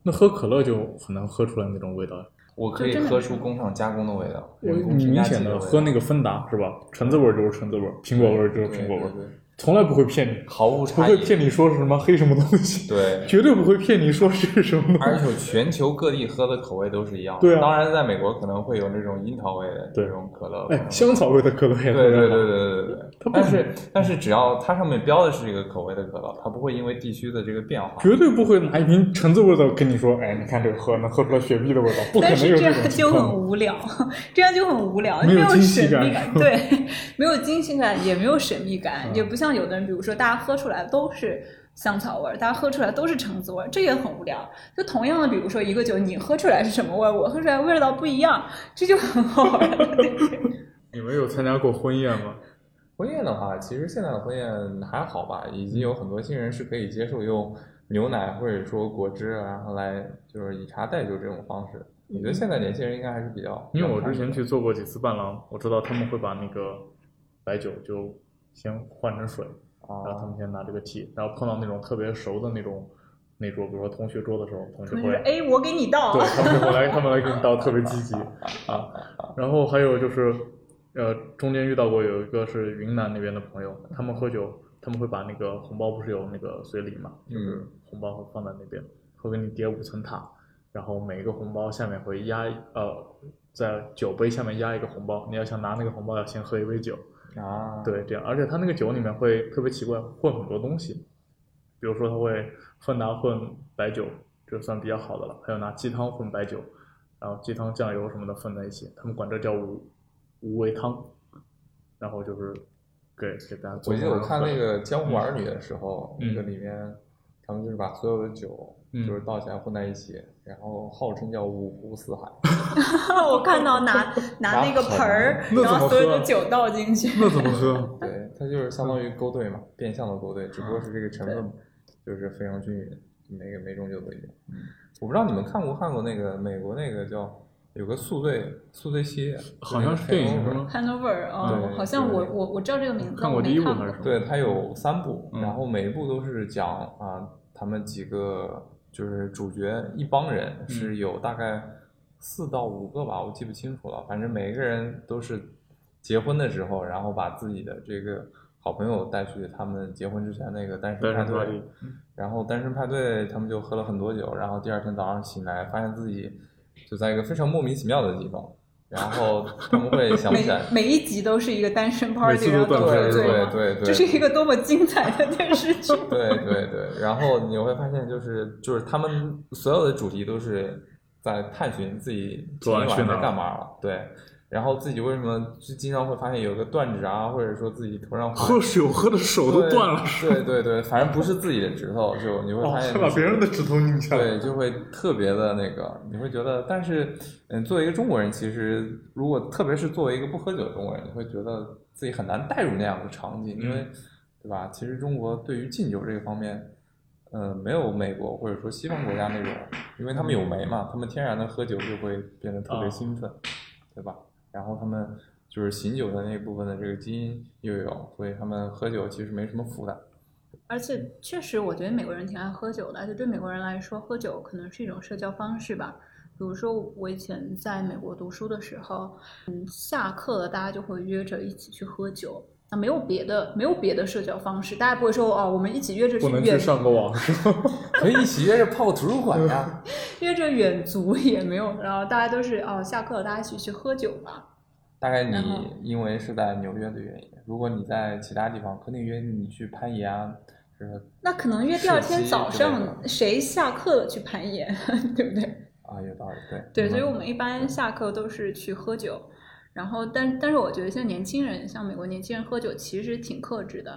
Speaker 4: 那喝可乐就很难喝出来那种 味道呀。
Speaker 5: 我可以
Speaker 2: 就真的
Speaker 5: 喝出工厂加工的味道，人工
Speaker 4: 你
Speaker 5: 添加
Speaker 4: 明
Speaker 5: 剂
Speaker 4: 显的
Speaker 5: 味道
Speaker 4: 喝那个芬达是吧？橙子味儿就是橙子味儿，苹果味儿就是
Speaker 5: 对
Speaker 4: 苹果味儿
Speaker 5: 对，对对
Speaker 4: 从来不会骗你，
Speaker 5: 毫无
Speaker 4: 不
Speaker 5: 差
Speaker 4: 会
Speaker 5: 异。
Speaker 4: 骗你说是什么黑什么东西，
Speaker 5: 对，
Speaker 4: 绝对不会骗你说是什么东
Speaker 5: 而
Speaker 4: 西。
Speaker 5: 且全球各地喝的口味都是一样的。
Speaker 4: 对啊
Speaker 5: 当然在美国可能会有那种樱桃味的
Speaker 4: 对
Speaker 5: 这种可乐。可能
Speaker 4: 哎，
Speaker 5: 会
Speaker 4: 香草味的可乐也
Speaker 5: 对
Speaker 4: 很
Speaker 5: 对对
Speaker 4: 好
Speaker 5: 对对对对。
Speaker 4: 它不
Speaker 5: 但
Speaker 4: 可
Speaker 5: 是但是只要它上面标的是这个口味的可乐，它不会因为地区的这个变化。
Speaker 4: 绝对不会拿一瓶橙子味儿的跟你说，哎，你看这个喝能喝出来雪碧的味道，不可
Speaker 2: 但
Speaker 4: 能
Speaker 2: 是
Speaker 4: 有
Speaker 2: 这
Speaker 4: 种
Speaker 2: 样
Speaker 4: 情
Speaker 2: 就很
Speaker 4: 况。
Speaker 2: 无聊，这样就很无聊，
Speaker 4: 没有
Speaker 2: 有
Speaker 4: 惊喜
Speaker 2: 神秘
Speaker 4: 感嗯
Speaker 2: 对，没有惊喜感，也没有神秘感，也不像有的人，比如说大家喝出来都是香草味儿，大家喝出来都是橙子味儿，这也很无聊。就同样的，比如说一个酒，你喝出来是什么味儿，我喝出来味道不一样，这就很好 玩儿。对
Speaker 4: 你们有参加过婚宴吗？
Speaker 5: 婚宴的话，其实现在的婚宴还好吧，已经有很多新人是可以接受用牛奶或者说果汁，然后来就是以茶代酒这种方式。我觉得现在年轻人应该还是比较，
Speaker 4: 嗯因为我之前去做过几次伴郎，我知道他们会把那个白酒就先换成水，然后他
Speaker 5: 啊，
Speaker 4: 们先拿这个替，然后碰到那种特别熟的那种那桌，比如说同学桌的时候，他们就
Speaker 2: 同
Speaker 4: 会
Speaker 2: 学说：“哎，我给你倒。
Speaker 4: 对他们就会来，他们来给你倒特别积极啊。然后还有就是，呃，中间遇到过有一个是云南那边的朋友，他们喝酒，他们会把那个红包不是有那个随礼嘛，就是
Speaker 5: 嗯
Speaker 4: 红包会放在那边，会给你叠五层塔，然后每一个红包下面会压一呃。在酒杯下面压一个红包，你要想拿那个红包，要先喝一杯酒。
Speaker 5: 啊，
Speaker 4: 对，这样，而且它那个酒里面会特别奇怪，混很多东西，比如说它会芬达混白酒，这算比较好的了，还有拿鸡汤混白酒，然后鸡汤、酱油什么的混在一起，他们管这叫无无为汤，然后就是给给大家做
Speaker 5: 我记得
Speaker 4: 成
Speaker 5: 我看
Speaker 4: 喝
Speaker 5: 那个《江湖儿女》的时候，
Speaker 4: 嗯
Speaker 5: 那个里面他们就是把所有的酒
Speaker 4: 嗯
Speaker 5: 就是倒起来混在一起，然后号称叫五湖四海。
Speaker 2: 我看到 拿拿那个盆儿，
Speaker 4: 拿盆儿
Speaker 2: 然后所有的
Speaker 4: 那怎么喝啊
Speaker 2: 酒倒进去。
Speaker 4: 那怎么喝？
Speaker 5: 对，它就是相当于勾兑嘛，变相的勾兑，只不过是这个成分就是非常均匀，每个每种酒都一样。
Speaker 4: 嗯
Speaker 5: 我不知道你们看过看过那个美国那个叫有个宿醉宿醉啊系列，
Speaker 4: 好像是电影是吗？
Speaker 2: Hanover 哦，
Speaker 5: 对
Speaker 2: 好像
Speaker 5: 对
Speaker 2: 我我我知道这个名字，
Speaker 4: 看过
Speaker 2: 我没
Speaker 4: 第一部
Speaker 2: 看
Speaker 4: 还
Speaker 2: 过
Speaker 4: 是什么？
Speaker 5: 对，它有三部，
Speaker 4: 嗯
Speaker 5: 然后每一部都是讲啊，他们几个就是主角一帮人
Speaker 4: 嗯
Speaker 5: 是有大概四到五个吧，我记不清楚了。反正每一个人都是结婚的时候，然后把自己的这个好朋友带去他们结婚之前那个单身
Speaker 4: 单
Speaker 5: 派
Speaker 4: 身
Speaker 5: 对
Speaker 4: 派对，
Speaker 5: 然后单身派对他们就喝了很多酒，然后第二天早上醒来发现自己就在一个非常莫名其妙的地方，然后他们会想不
Speaker 2: 每
Speaker 5: 起来。
Speaker 2: 每一集都是一个单身 party，
Speaker 4: 每次都
Speaker 2: 然后
Speaker 4: 断
Speaker 2: 都
Speaker 4: 片
Speaker 2: 是
Speaker 5: 对
Speaker 2: 醉
Speaker 4: 儿
Speaker 5: 对
Speaker 2: 吗
Speaker 5: 对对，
Speaker 2: 这是一个多么精彩的电视 剧！
Speaker 5: 对对对，然后你会发现，就是就是他们所有的主题都是在探寻自己
Speaker 4: 昨
Speaker 5: 今
Speaker 4: 晚
Speaker 5: 天晚
Speaker 4: 去哪
Speaker 5: 上
Speaker 4: 儿
Speaker 5: 干嘛了。对，然后自己为什么就经常会发现有个断指啊，或者说自己头上会
Speaker 4: 喝 水我喝的手都断了，
Speaker 5: 对对对，反正不是自己的指头，就你会
Speaker 4: 哦
Speaker 5: 发，现
Speaker 4: 还把别人的指头拧下来，
Speaker 5: 对，就会特别的那个，你会觉得，但是，嗯，作为一个中国人，其实如果特别是作为一个不喝酒的中国人，你会觉得自己很难带入那样的场景，因为，对吧？其实中国对于敬酒这个方面，嗯、没有美国或者说西方国家那种，因为他们有酶嘛，他们天然的喝酒就会变得特别
Speaker 4: 啊
Speaker 5: 兴奋，对吧？然后他们就是醒酒的那部分的这个基因又有，所以他们喝酒其实没什么负担。
Speaker 2: 而且确实，我觉得美国人挺爱喝酒的，而且对美国人来说，喝酒可能是一种社交方式吧。比如说，我以前在美国读书的时候，嗯，下课了大家就会约着一起去喝酒，那没有别的，没有别的社交方式，大家不会说哦，我们一起约着去
Speaker 4: 不能去
Speaker 2: 远
Speaker 4: 上个网是吧？
Speaker 5: 可以一起约着泡图书馆呀、
Speaker 2: 约着远足也没有，然后大家都是哦，下课了大家一起去喝酒吧。
Speaker 5: 大概你
Speaker 2: 然后
Speaker 5: 因为是在纽约的原因，如果你在其他地方，肯定约你去攀岩啊，就是
Speaker 2: 那可能约第二天早
Speaker 5: 是之类
Speaker 2: 上谁下课了去攀岩， 对不对？
Speaker 5: 啊，有道理，对
Speaker 2: 对，所以
Speaker 5: 嗯
Speaker 2: 我们一般下课都是去喝酒，然后但但是我觉得现在年轻人，像美国年轻人喝酒其实挺克制的，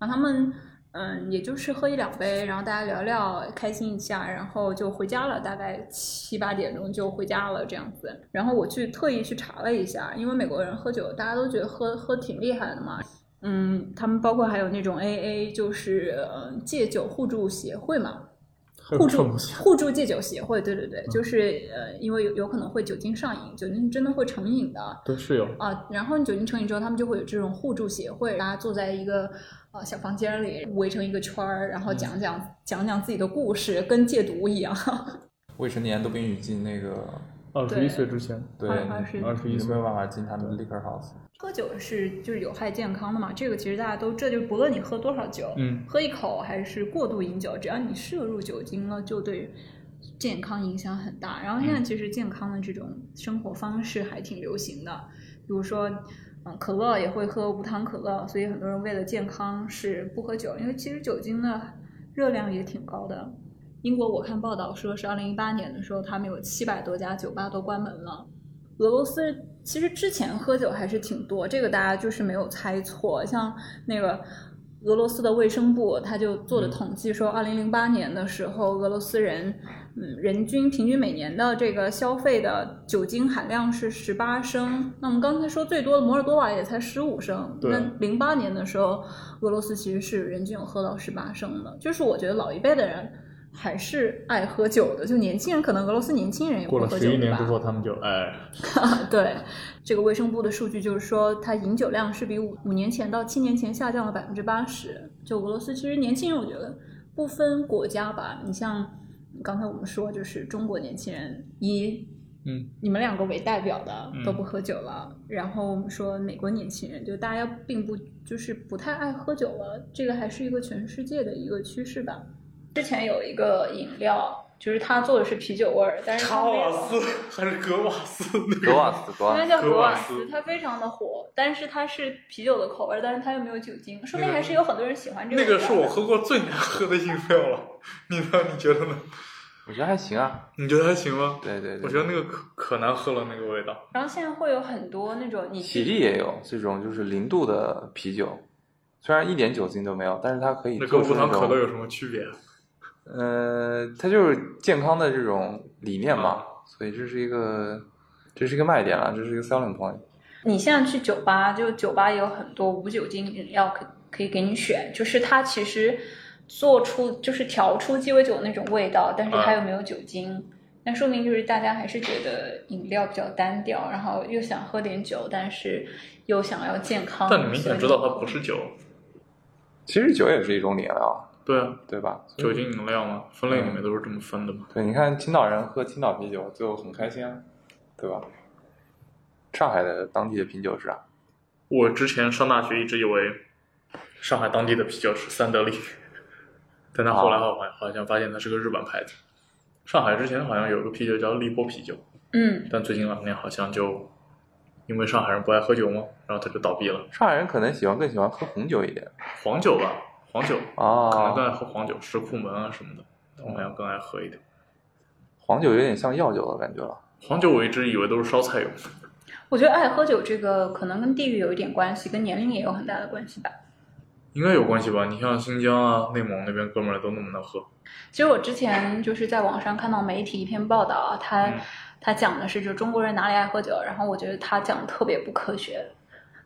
Speaker 2: 然后他们嗯也就是喝一两杯，然后大家聊聊开心一下，然后就回家了，大概七八点钟就回家了这样子。然后我去特意去查了一下，因为美国人喝酒大家都觉得喝喝挺厉害的嘛。嗯，他们包括还有那种 A A，就是呃戒酒互助协会嘛，
Speaker 4: 还有
Speaker 2: 互
Speaker 4: 这
Speaker 2: 助
Speaker 4: 么
Speaker 2: 互助戒酒协会，对对对，就是呃，因为有有可能会酒精上瘾，酒精是真的会成瘾的
Speaker 4: 对是有，
Speaker 2: 啊。然后你酒精成瘾之后，他们就会有这种互助协会，大家坐在一个呃小房间里围成一个圈儿，然后讲讲、讲讲自己的故事，跟戒毒一样。
Speaker 5: 未成年都不允许进那个，
Speaker 4: 二十
Speaker 2: 对
Speaker 4: 一岁之前，
Speaker 5: 对，
Speaker 2: 二十
Speaker 5: 你
Speaker 4: 二十一
Speaker 5: 你
Speaker 4: 岁
Speaker 5: 没有办法进他们的 liquor house。
Speaker 2: 喝酒是就是有害健康的嘛，这个其实大家都这就不论你喝多少酒，
Speaker 4: 嗯，
Speaker 2: 喝一口还是过度饮酒，只要你摄入酒精了，就对健康影响很大。然后现在其实健康的这种生活方式还挺流行的，比如说，嗯，可乐也会喝无糖可乐，所以很多人为了健康是不喝酒，因为其实酒精的热量也挺高的。英国我看报道说是二零一八年的时候，他们有七百多家酒吧都关门了。俄罗斯其实之前喝酒还是挺多，这个大家就是没有猜错。像那个俄罗斯的卫生部，他就做的统计说，二零零八年的时候，俄罗斯人嗯人均平均每年的这个消费的酒精含量是十八升。那我们刚才说最多的摩尔多瓦也才十五升，
Speaker 4: 对
Speaker 2: 那零八年的时候，俄罗斯其实是人均有喝到十八升的。就是我觉得老一辈的人。还是爱喝酒的，就年轻人，可能俄罗斯年轻人也不
Speaker 4: 过了
Speaker 2: 喝酒
Speaker 4: 十一年
Speaker 2: 吧
Speaker 4: 之后，他们就哎，
Speaker 2: 对，这个卫生部的数据就是说，它饮酒量是比五五年前到七年前下降了百分之八十。就俄罗斯其实年轻人，我觉得不分国家吧，你像刚才我们说，就是中国年轻人以
Speaker 4: 嗯
Speaker 2: 你们两个为代表的
Speaker 4: 嗯
Speaker 2: 都不喝酒了，然后我们说美国年轻人，就大家并不就是不太爱喝酒了，这个还是一个全世界的一个趋势吧。之前有一个饮料，就是它做的是啤酒味儿，但是它
Speaker 4: 查
Speaker 2: 没有
Speaker 4: 瓦斯还是格瓦斯那个
Speaker 1: 格瓦斯，格
Speaker 2: 应
Speaker 1: 瓦
Speaker 2: 该
Speaker 1: 斯，
Speaker 2: 叫格瓦
Speaker 4: 格瓦
Speaker 2: 斯
Speaker 4: 斯，
Speaker 2: 它非常的火，但是它是啤酒的口味，但是它又没有酒精，说明
Speaker 4: 那个
Speaker 2: 还是有很多人喜欢这
Speaker 4: 那
Speaker 2: 个
Speaker 4: 个
Speaker 2: 味道
Speaker 4: 是
Speaker 2: 的。
Speaker 4: 我喝过最难喝的饮料了，你呢？你觉得呢？
Speaker 1: 我觉得还行啊。
Speaker 4: 你觉得还行吗？
Speaker 1: 对对对，
Speaker 4: 我觉得那个可可难喝了，那个味道。
Speaker 2: 然后现在会有很多那种你
Speaker 1: 喜力也有这种就是零度的啤酒，虽然一点酒精都没有，但是它可以
Speaker 4: 那
Speaker 1: 做
Speaker 4: 跟
Speaker 1: 出
Speaker 4: 无
Speaker 1: 那
Speaker 4: 糖可乐
Speaker 1: 种
Speaker 4: 有什么区别啊？
Speaker 1: 呃，它就是健康的这种理念
Speaker 4: 啊
Speaker 1: 嘛，所以这是一个这是一个卖点啊，这是一个 selling point。
Speaker 2: 你现在去酒吧，就酒吧也有很多无酒精饮料可可以给你选，就是它其实做出就是调出鸡尾酒那种味道，但是它
Speaker 4: 啊
Speaker 2: 又没有酒精，那说明就是大家还是觉得饮料比较单调，然后又想喝点酒，但是又想要健康。
Speaker 4: 但你明显知道
Speaker 2: 所以
Speaker 4: 它不是酒，
Speaker 1: 其实酒也是一种饮料，
Speaker 4: 对啊，
Speaker 1: 对吧？
Speaker 4: 酒精饮料嘛，分类里面都是这么分的嘛。
Speaker 1: 对，你看青岛人喝青岛啤酒就很开心啊，对吧？上海的当地的品酒是啊，
Speaker 4: 我之前上大学一直以为上海当地的啤酒是三得利，但他后
Speaker 1: 啊
Speaker 4: 来好像好像发现它是个日本牌子。上海之前好像有个啤酒叫利波啤酒，
Speaker 2: 嗯，
Speaker 4: 但最近两年好像就因为上海人不爱喝酒嘛，然后它就倒闭了。
Speaker 1: 上海人可能喜欢更喜欢喝红酒一点
Speaker 4: 黄酒吧，黄酒可能更
Speaker 1: 啊，
Speaker 4: 爱喝黄酒，石库门啊什么的，我好像更爱喝一点。
Speaker 1: 黄酒有点像药酒的感觉了。
Speaker 4: 黄酒我一直以为都是烧菜用的，
Speaker 2: 我觉得爱喝酒这个可能跟地域有一点关系，跟年龄也有很大的关系吧。
Speaker 4: 应该有关系吧？你像新疆啊、内蒙那边哥们儿都那么能喝，
Speaker 2: 其实我之前就是在网上看到媒体一篇报道啊，他、
Speaker 4: 嗯
Speaker 2: 他讲的是就中国人哪里爱喝酒，然后我觉得他讲的特别不科学，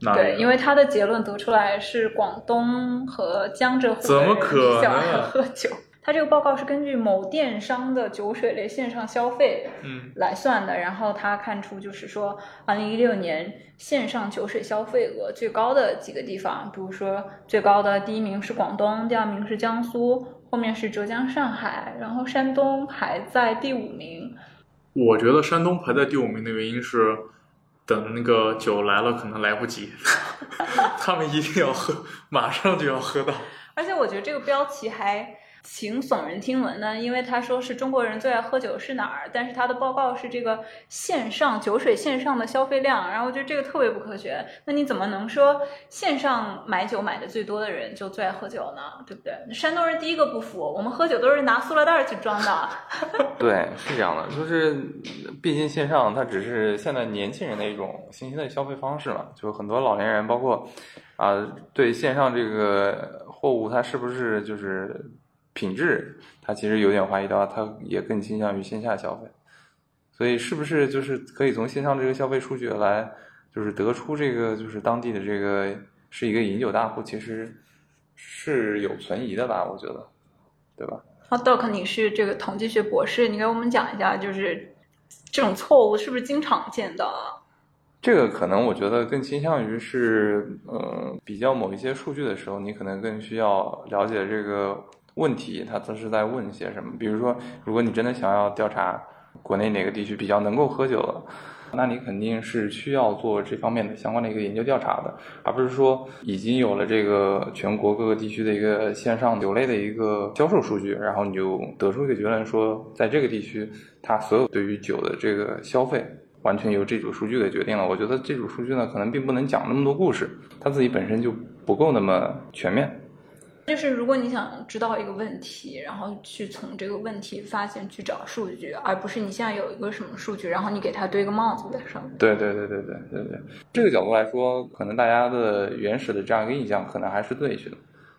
Speaker 4: 哪里
Speaker 2: 对，因为他的结论得出来是广东和江浙沪
Speaker 4: 怎么可
Speaker 2: 比较
Speaker 4: 能
Speaker 2: 爱喝酒。他这个报告是根据某电商的酒水类线上消费
Speaker 4: 嗯
Speaker 2: 来算的，然后他看出就是说，二零一六年线上酒水消费额最高的几个地方，比如说最高的第一名是广东，第二名是江苏，后面是浙江、上海，然后山东排在第五名。
Speaker 4: 我觉得山东排在第五名的原因是，等那个酒来了可能来不及， 他们一定要喝，马上就要喝到。
Speaker 2: 而且我觉得这个标题还挺耸人听闻的，因为他说是中国人最爱喝酒是哪儿，但是他的报告是这个线上酒水线上的消费量，然后我觉得这个特别不科学。那你怎么能说线上买酒买的最多的人就最爱喝酒呢？对不对？山东人第一个不服，我们喝酒都是拿塑料袋儿去装的。
Speaker 5: 对，是这样的，就是毕竟线上它只是现在年轻人的一种新兴的消费方式嘛，就是很多老年人，包括啊、对线上这个货物它是不是就是品质，他其实有点怀疑的话，他也更倾向于线下消费。所以是不是就是可以从线上这个消费数据来，就是得出这个就是当地的这个是一个饮酒大户，其实是有存疑的吧？我觉得，对吧？
Speaker 2: 啊，Doc，你是这个统计学博士，你给我们讲一下，就是这种错误是不是经常见到啊？
Speaker 5: 这个可能我觉得更倾向于是，呃，比较某一些数据的时候，你可能更需要了解这个问题，它这是在问些什么。比如说，如果你真的想要调查国内哪个地区比较能够喝酒了，那你肯定是需要做这方面的相关的一个研究调查的，而不是说已经有了这个全国各个地区的一个线上酒类的一个销售数据，然后你就得出一个结论说，在这个地区，它所有对于酒的这个消费完全由这组数据给决定了。我觉得这组数据呢，可能并不能讲那么多故事，它自己本身就不够那么全面。
Speaker 2: 就是如果你想知道一个问题，然后去从这个问题发现去找数据，而不是你现在有一个什么数据，然后你给它堆个帽子在上面。
Speaker 5: 对对对对对对对，这个角度来说，可能大家的原始的这样一个印象，可能还是对去的，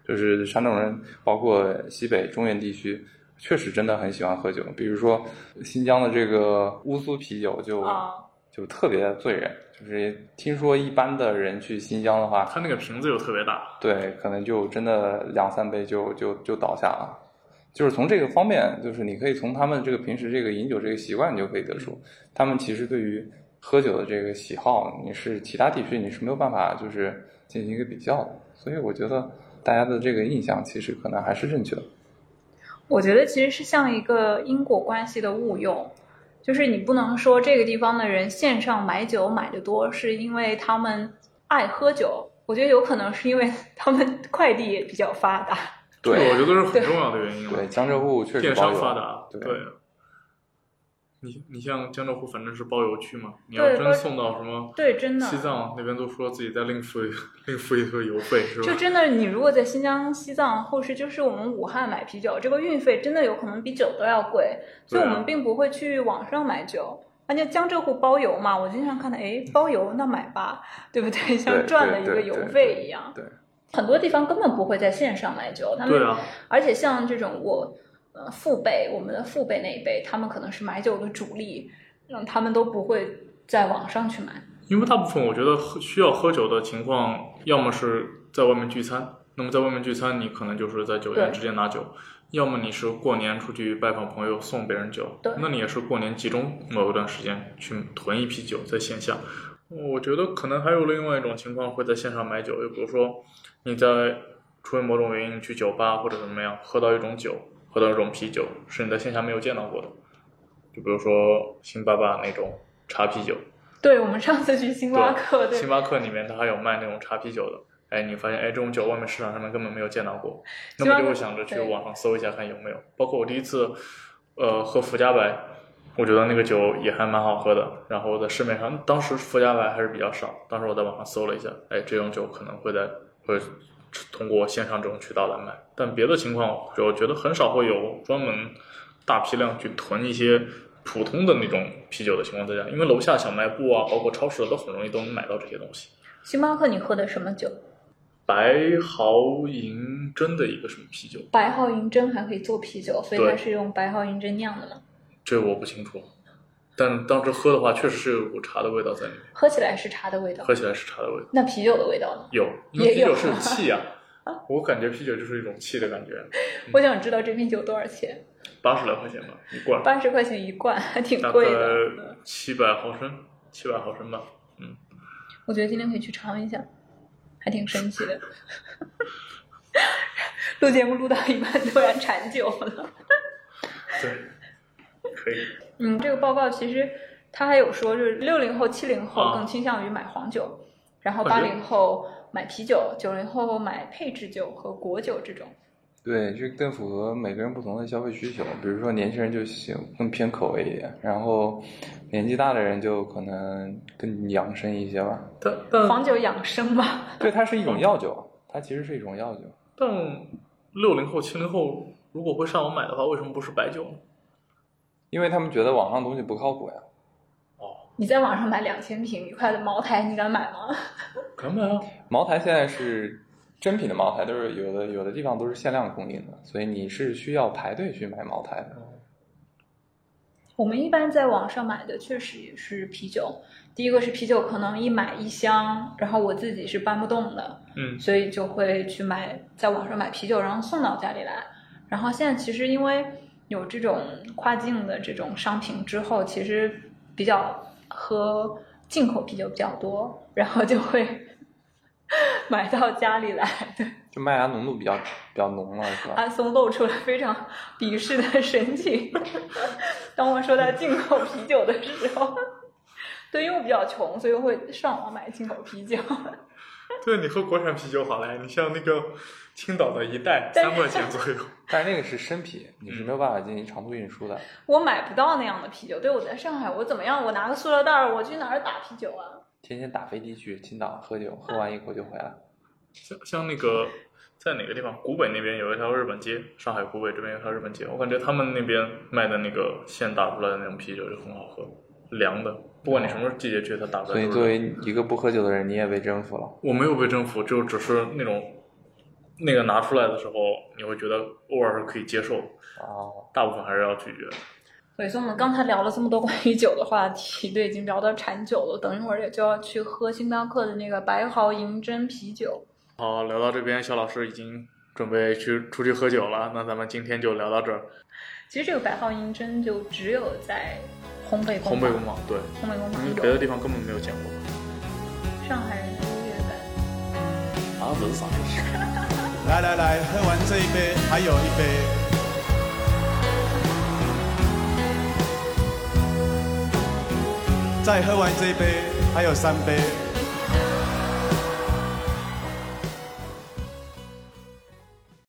Speaker 5: 就是山东人，包括西北中原地区。确实真的很喜欢喝酒，比如说新疆的这个乌苏啤酒就、
Speaker 2: 啊
Speaker 5: 就特别醉人，就是听说一般的人去新疆的话，
Speaker 4: 他那个瓶子又特别大，
Speaker 5: 对，可能就真的两三杯就就就倒下了。就是从这个方面，就是你可以从他们这个平时这个饮酒这个习惯，你就可以得
Speaker 4: 嗯
Speaker 5: 出，他们其实对于喝酒的这个喜好，你是其他地区你是没有办法就是进行一个比较的。所以我觉得大家的这个印象其实可能还是正确的。
Speaker 2: 我觉得其实是像一个因果关系的误用，就是你不能说这个地方的人线上买酒买的多，是因为他们爱喝酒。我觉得有可能是因为他们快递也比较发达。
Speaker 4: 这个我
Speaker 5: 对
Speaker 4: 觉得是很重要的原因了。
Speaker 5: 对，江浙沪确实
Speaker 4: 电
Speaker 5: 包
Speaker 4: 商
Speaker 5: 邮
Speaker 4: 发达，啊
Speaker 5: 对
Speaker 4: 你你像江浙沪，反正是包邮区嘛，你要
Speaker 2: 对包
Speaker 4: 真送到什么
Speaker 2: 对，真的。
Speaker 4: 西藏那边，都说自己再另付一另付一个邮费是吧？
Speaker 2: 就真的，你如果在新疆、西藏，或是就是我们武汉买啤酒，这个运费真的有可能比酒都要贵，所以
Speaker 4: 对啊
Speaker 2: 我们并不会去网上买酒。而且江浙沪包邮嘛，我经常看到，哎，包邮那买吧，对不对？ 像
Speaker 5: 对
Speaker 2: 赚了一个
Speaker 5: 对对
Speaker 2: 邮
Speaker 5: 对
Speaker 2: 费一样。
Speaker 5: 对
Speaker 2: 很多地方根本不会在线上买酒，他们
Speaker 4: 对啊，
Speaker 2: 而且像这种我呃父辈，我们的父辈那一辈，他们可能是买酒的主力，让他们都不会在网上去买。
Speaker 4: 因为大部分我觉得喝需要喝酒的情况，要么是在外面聚餐，那么在外面聚餐，你可能就是在酒店
Speaker 2: 对
Speaker 4: 直接拿酒；要么你是过年出去拜访朋友送别人酒
Speaker 2: 对，
Speaker 4: 那你也是过年集中某一段时间去囤一批酒在线下。我觉得可能还有另外一种情况会在线上买酒，就比如说你在出于某种原因你去酒吧或者怎么样喝到一种酒，喝到一种啤酒是你在线下没有见到过的，就比如说星巴巴那种茶啤酒。
Speaker 2: 对，我们上次去星巴克，对
Speaker 4: 星巴克里面它还有卖那种茶啤酒的。哎，你发现哎，这种酒外面市场上面根本没有见到过，那
Speaker 2: 星巴
Speaker 4: 么
Speaker 2: 克
Speaker 4: 就会想着去
Speaker 2: 对
Speaker 4: 网上搜一下看有没有。包括我第一次，呃，喝福加白，我觉得那个酒也还蛮好喝的。然后在市面上，当时福加白还是比较少，当时我在网上搜了一下，哎，这种酒可能会在会通过线上这种渠道来卖，但别的情况，我觉得很少会有专门大批量去囤一些普通的那种啤酒的情况之下，因为楼下小卖部啊，包括超市啊都很容易都能买到这些东西。
Speaker 2: 星巴克你喝的什么酒？
Speaker 4: 白毫银针的一个什么啤酒，
Speaker 2: 白毫银针还可以做啤酒，所以
Speaker 4: 对
Speaker 2: 它是用白毫银针酿的嘛，
Speaker 4: 这我不清楚，但当时喝的话，确实是有股茶的味道在里面，
Speaker 2: 喝起来是茶的味道。
Speaker 4: 喝起来是茶的味道。
Speaker 2: 那啤酒的味道呢？
Speaker 4: 有，因为
Speaker 2: 也
Speaker 4: 啤
Speaker 2: 有
Speaker 4: 酒是气呀、我感觉啤酒就是一种气的感觉，
Speaker 2: 我想知道这瓶酒多少钱？
Speaker 4: 八十来块钱吧一罐，
Speaker 2: 八十块钱一罐，还挺
Speaker 4: 大概
Speaker 2: 贵的。嗯
Speaker 4: 七百毫升，七百毫升吧。
Speaker 2: 我觉得今天可以去尝一下，还挺神奇的。 录节目录到一半，突然馋酒了。
Speaker 4: 对，可以。
Speaker 2: 嗯，这个报告其实他还有说，就是六零后、七零后
Speaker 4: 啊
Speaker 2: 更倾向于买黄酒，然后
Speaker 4: 我
Speaker 2: 八
Speaker 4: 觉得
Speaker 2: 零后买啤酒，九零后买配制酒和果酒这种。
Speaker 5: 对，这更符合每个人不同的消费需求。比如说年轻人就喜更偏口味一点，然后年纪大的人就可能更养生一些吧。
Speaker 4: 但但
Speaker 2: 黄酒养生吧，
Speaker 5: 对，它是一种药酒，它其实是一种药酒。
Speaker 4: 但六零后、七零后如果会上网买的话，为什么不是白酒呢？
Speaker 5: 因为他们觉得网上东西不靠谱呀。
Speaker 2: 你在网上买两千瓶一块的茅台，你敢买吗？
Speaker 4: 敢买啊！
Speaker 5: 茅台现在是真品的茅台，都是有的有的地方都是限量供应的，所以你是需要排队去买茅台的。
Speaker 2: 我们一般在网上买的确实也是啤酒。第一个是啤酒，可能一买一箱，然后我自己是搬不动的，
Speaker 4: 嗯，
Speaker 2: 所以就会去买，在网上买啤酒，然后送到家里来。然后现在其实因为有这种跨境的这种商品之后，其实比较喝进口啤酒比较多，然后就会 买到家里来，对，
Speaker 5: 就麦芽浓度比较比较浓了，是吧？
Speaker 2: 阿松露出了非常鄙视的神 情。当我说到进口啤酒的时候，对，因为我比较穷，所以我会上网买进口啤酒。
Speaker 4: 对你喝国产啤酒好嘞，你像那个青岛的一代
Speaker 2: 但
Speaker 4: 三块钱左右，
Speaker 5: 但是那个是生啤，你是没有办法进行长途运输的。
Speaker 2: 我买不到那样的啤酒。对，我在上海，我怎么样？我拿个塑料袋儿，我去哪儿打啤酒啊？
Speaker 5: 天天打飞的去青岛喝酒，喝完一口就回来。
Speaker 4: 像像那个在哪个地方，古北那边有一条日本街，上海古北这边有一条日本街，我感觉他们那边卖的那个现打出来的那种啤酒就很好喝，凉的，不管你什么季节去，它打出
Speaker 5: 所
Speaker 4: 来
Speaker 5: 以
Speaker 4: 都
Speaker 5: 作
Speaker 4: 是凉的。
Speaker 5: 为一个不喝酒的人，你也被征服了。
Speaker 4: 我没有被征服，就只是那种那个拿出来的时候，你会觉得偶尔是可以接受，
Speaker 5: 哦，
Speaker 4: 大部分还是要拒绝。
Speaker 2: 对，所以我们刚才聊了这么多关于酒的话题，对，已经聊到馋酒了。等一会儿也就要去喝星巴克的那个白毫银针啤酒。
Speaker 4: 好，聊到这边，肖老师已经准备去出去喝酒了，那咱们今天就聊到这儿。
Speaker 2: 其实这个白毫银针就只有在烘焙工
Speaker 4: 烘
Speaker 2: 坊、
Speaker 4: 焙工坊，对，
Speaker 2: 烘焙工坊
Speaker 4: 因为
Speaker 2: 有，
Speaker 4: 别的地方根本没有见过。
Speaker 2: 上海人的音乐版。
Speaker 4: 啊，文啥？
Speaker 6: 来来来，喝完这一杯，还有一杯。再喝完这一杯，还有三杯。